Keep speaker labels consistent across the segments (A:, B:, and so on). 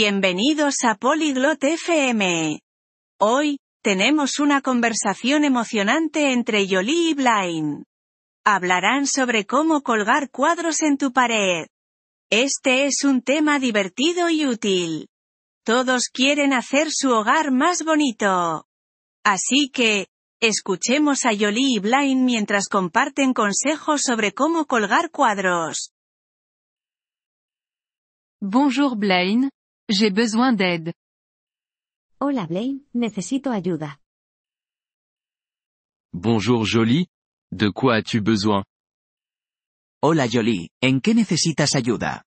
A: Bienvenidos a Polyglot FM. Hoy, tenemos una conversación emocionante entre Jolie y Blaine. Hablarán sobre cómo colgar cuadros en tu pared. Este es un tema divertido y útil. Todos quieren hacer su hogar más bonito. Así que, escuchemos a Jolie y Blaine mientras comparten consejos sobre cómo colgar cuadros.
B: Bonjour Blaine, j'ai besoin d'aide.
C: Hola Blaine, necesito ayuda.
D: Bonjour Jolie. De quoi as-tu besoin
E: Hola Jolie, ¿en qué necesitas ayuda?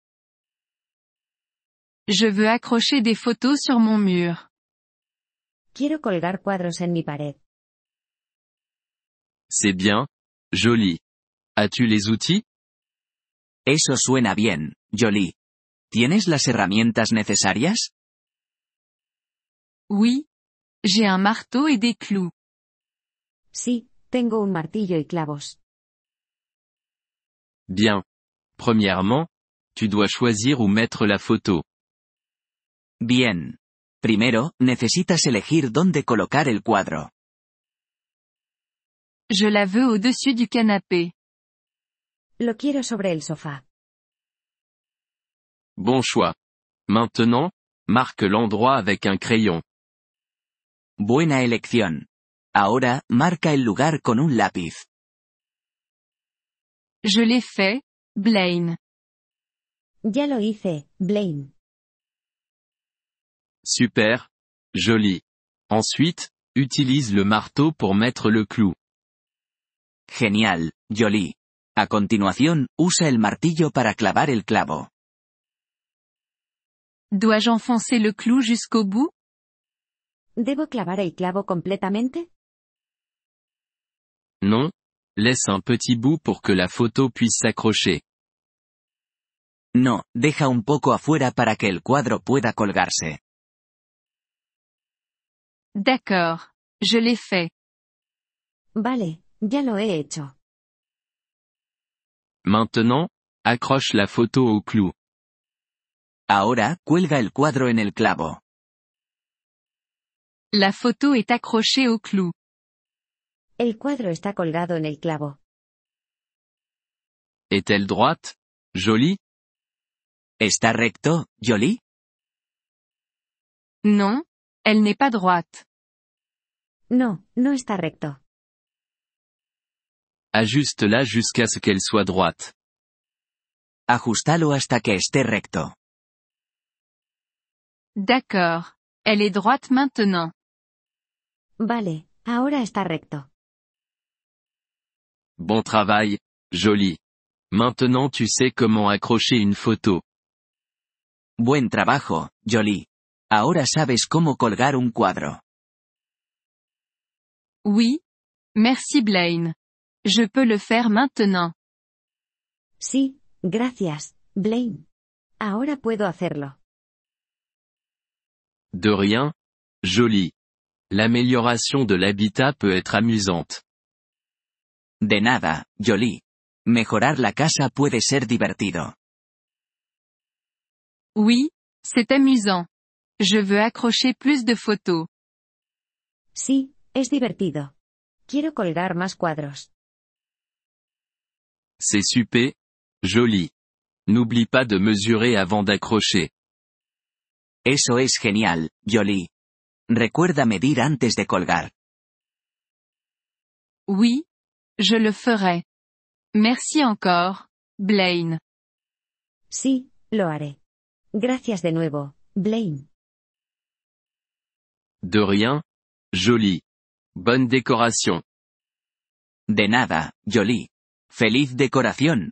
B: Je veux accrocher des photos sur mon mur.
C: Quiero colgar cuadros en mi pared.
D: C'est bien. Jolie. As-tu les outils
E: Eso suena bien, Jolie. ¿Tienes las herramientas necesarias?
B: Oui. J'ai un marteau et des clous.
C: Sí, tengo un martillo y clavos.
D: Bien. Premièrement, tu dois choisir où mettre la photo.
E: Bien. Primero, necesitas elegir dónde colocar el cuadro.
B: Je la veux au-dessus du canapé.
C: Lo quiero sobre el sofá.
D: Bon choix. Maintenant, marque l'endroit avec un crayon.
E: Buena elección. Ahora, marca el lugar con un lápiz.
B: Je l'ai fait, Blaine.
C: Ya lo hice, Blaine.
D: Super. Jolie. Ensuite, utilise le marteau pour mettre le clou.
E: Genial, Jolie. A continuación, usa el martillo para clavar el clavo.
B: Dois-je enfoncer le clou jusqu'au bout
C: ¿Debo clavar el clavo completamente?
D: Non. Laisse un petit bout pour que la photo puisse s'accrocher.
E: No, deja un poco afuera para que el cuadro pueda colgarse.
B: D'accord. Je l'ai fait.
C: Vale, ya lo he hecho.
D: Maintenant, accroche la photo au clou.
E: Ahora, cuelga el cuadro en el clavo.
B: La photo est accrochée au clou.
C: El cuadro está colgado en el clavo.
D: Est-elle droite Jolie
E: ¿Está recto, Jolie?
B: Non, elle n'est pas droite.
C: No, no está recto.
D: Ajuste-la jusqu'à ce qu'elle soit droite.
E: Ajustalo hasta que esté recto.
B: D'accord. Elle est droite maintenant.
C: Vale, ahora está recto.
D: Bon travail, Jolie. Maintenant tu sais comment accrocher une photo.
E: Buen trabajo, Jolie. Ahora sabes cómo colgar un cuadro.
B: Oui. Merci Blaine. Je peux le faire maintenant.
C: Sí, gracias, Blaine. Ahora puedo hacerlo.
D: De rien. Jolie. L'amélioration de l'habitat peut être amusante.
E: De nada, Jolie. Mejorar la casa puede ser divertido.
B: Oui, c'est amusant. Je veux accrocher plus de photos.
C: Sí, es divertido. Quiero colgar más cuadros.
D: C'est super. Jolie. N'oublie pas de mesurer avant d'accrocher.
E: Eso es genial, Jolie. Recuerda medir antes de colgar.
B: Oui. Je le ferai. Merci encore, Blaine.
C: Sí, lo haré. Gracias de nuevo, Blaine.
D: De rien. Jolie. Bonne décoration.
E: De nada, Jolie. Feliz decoración.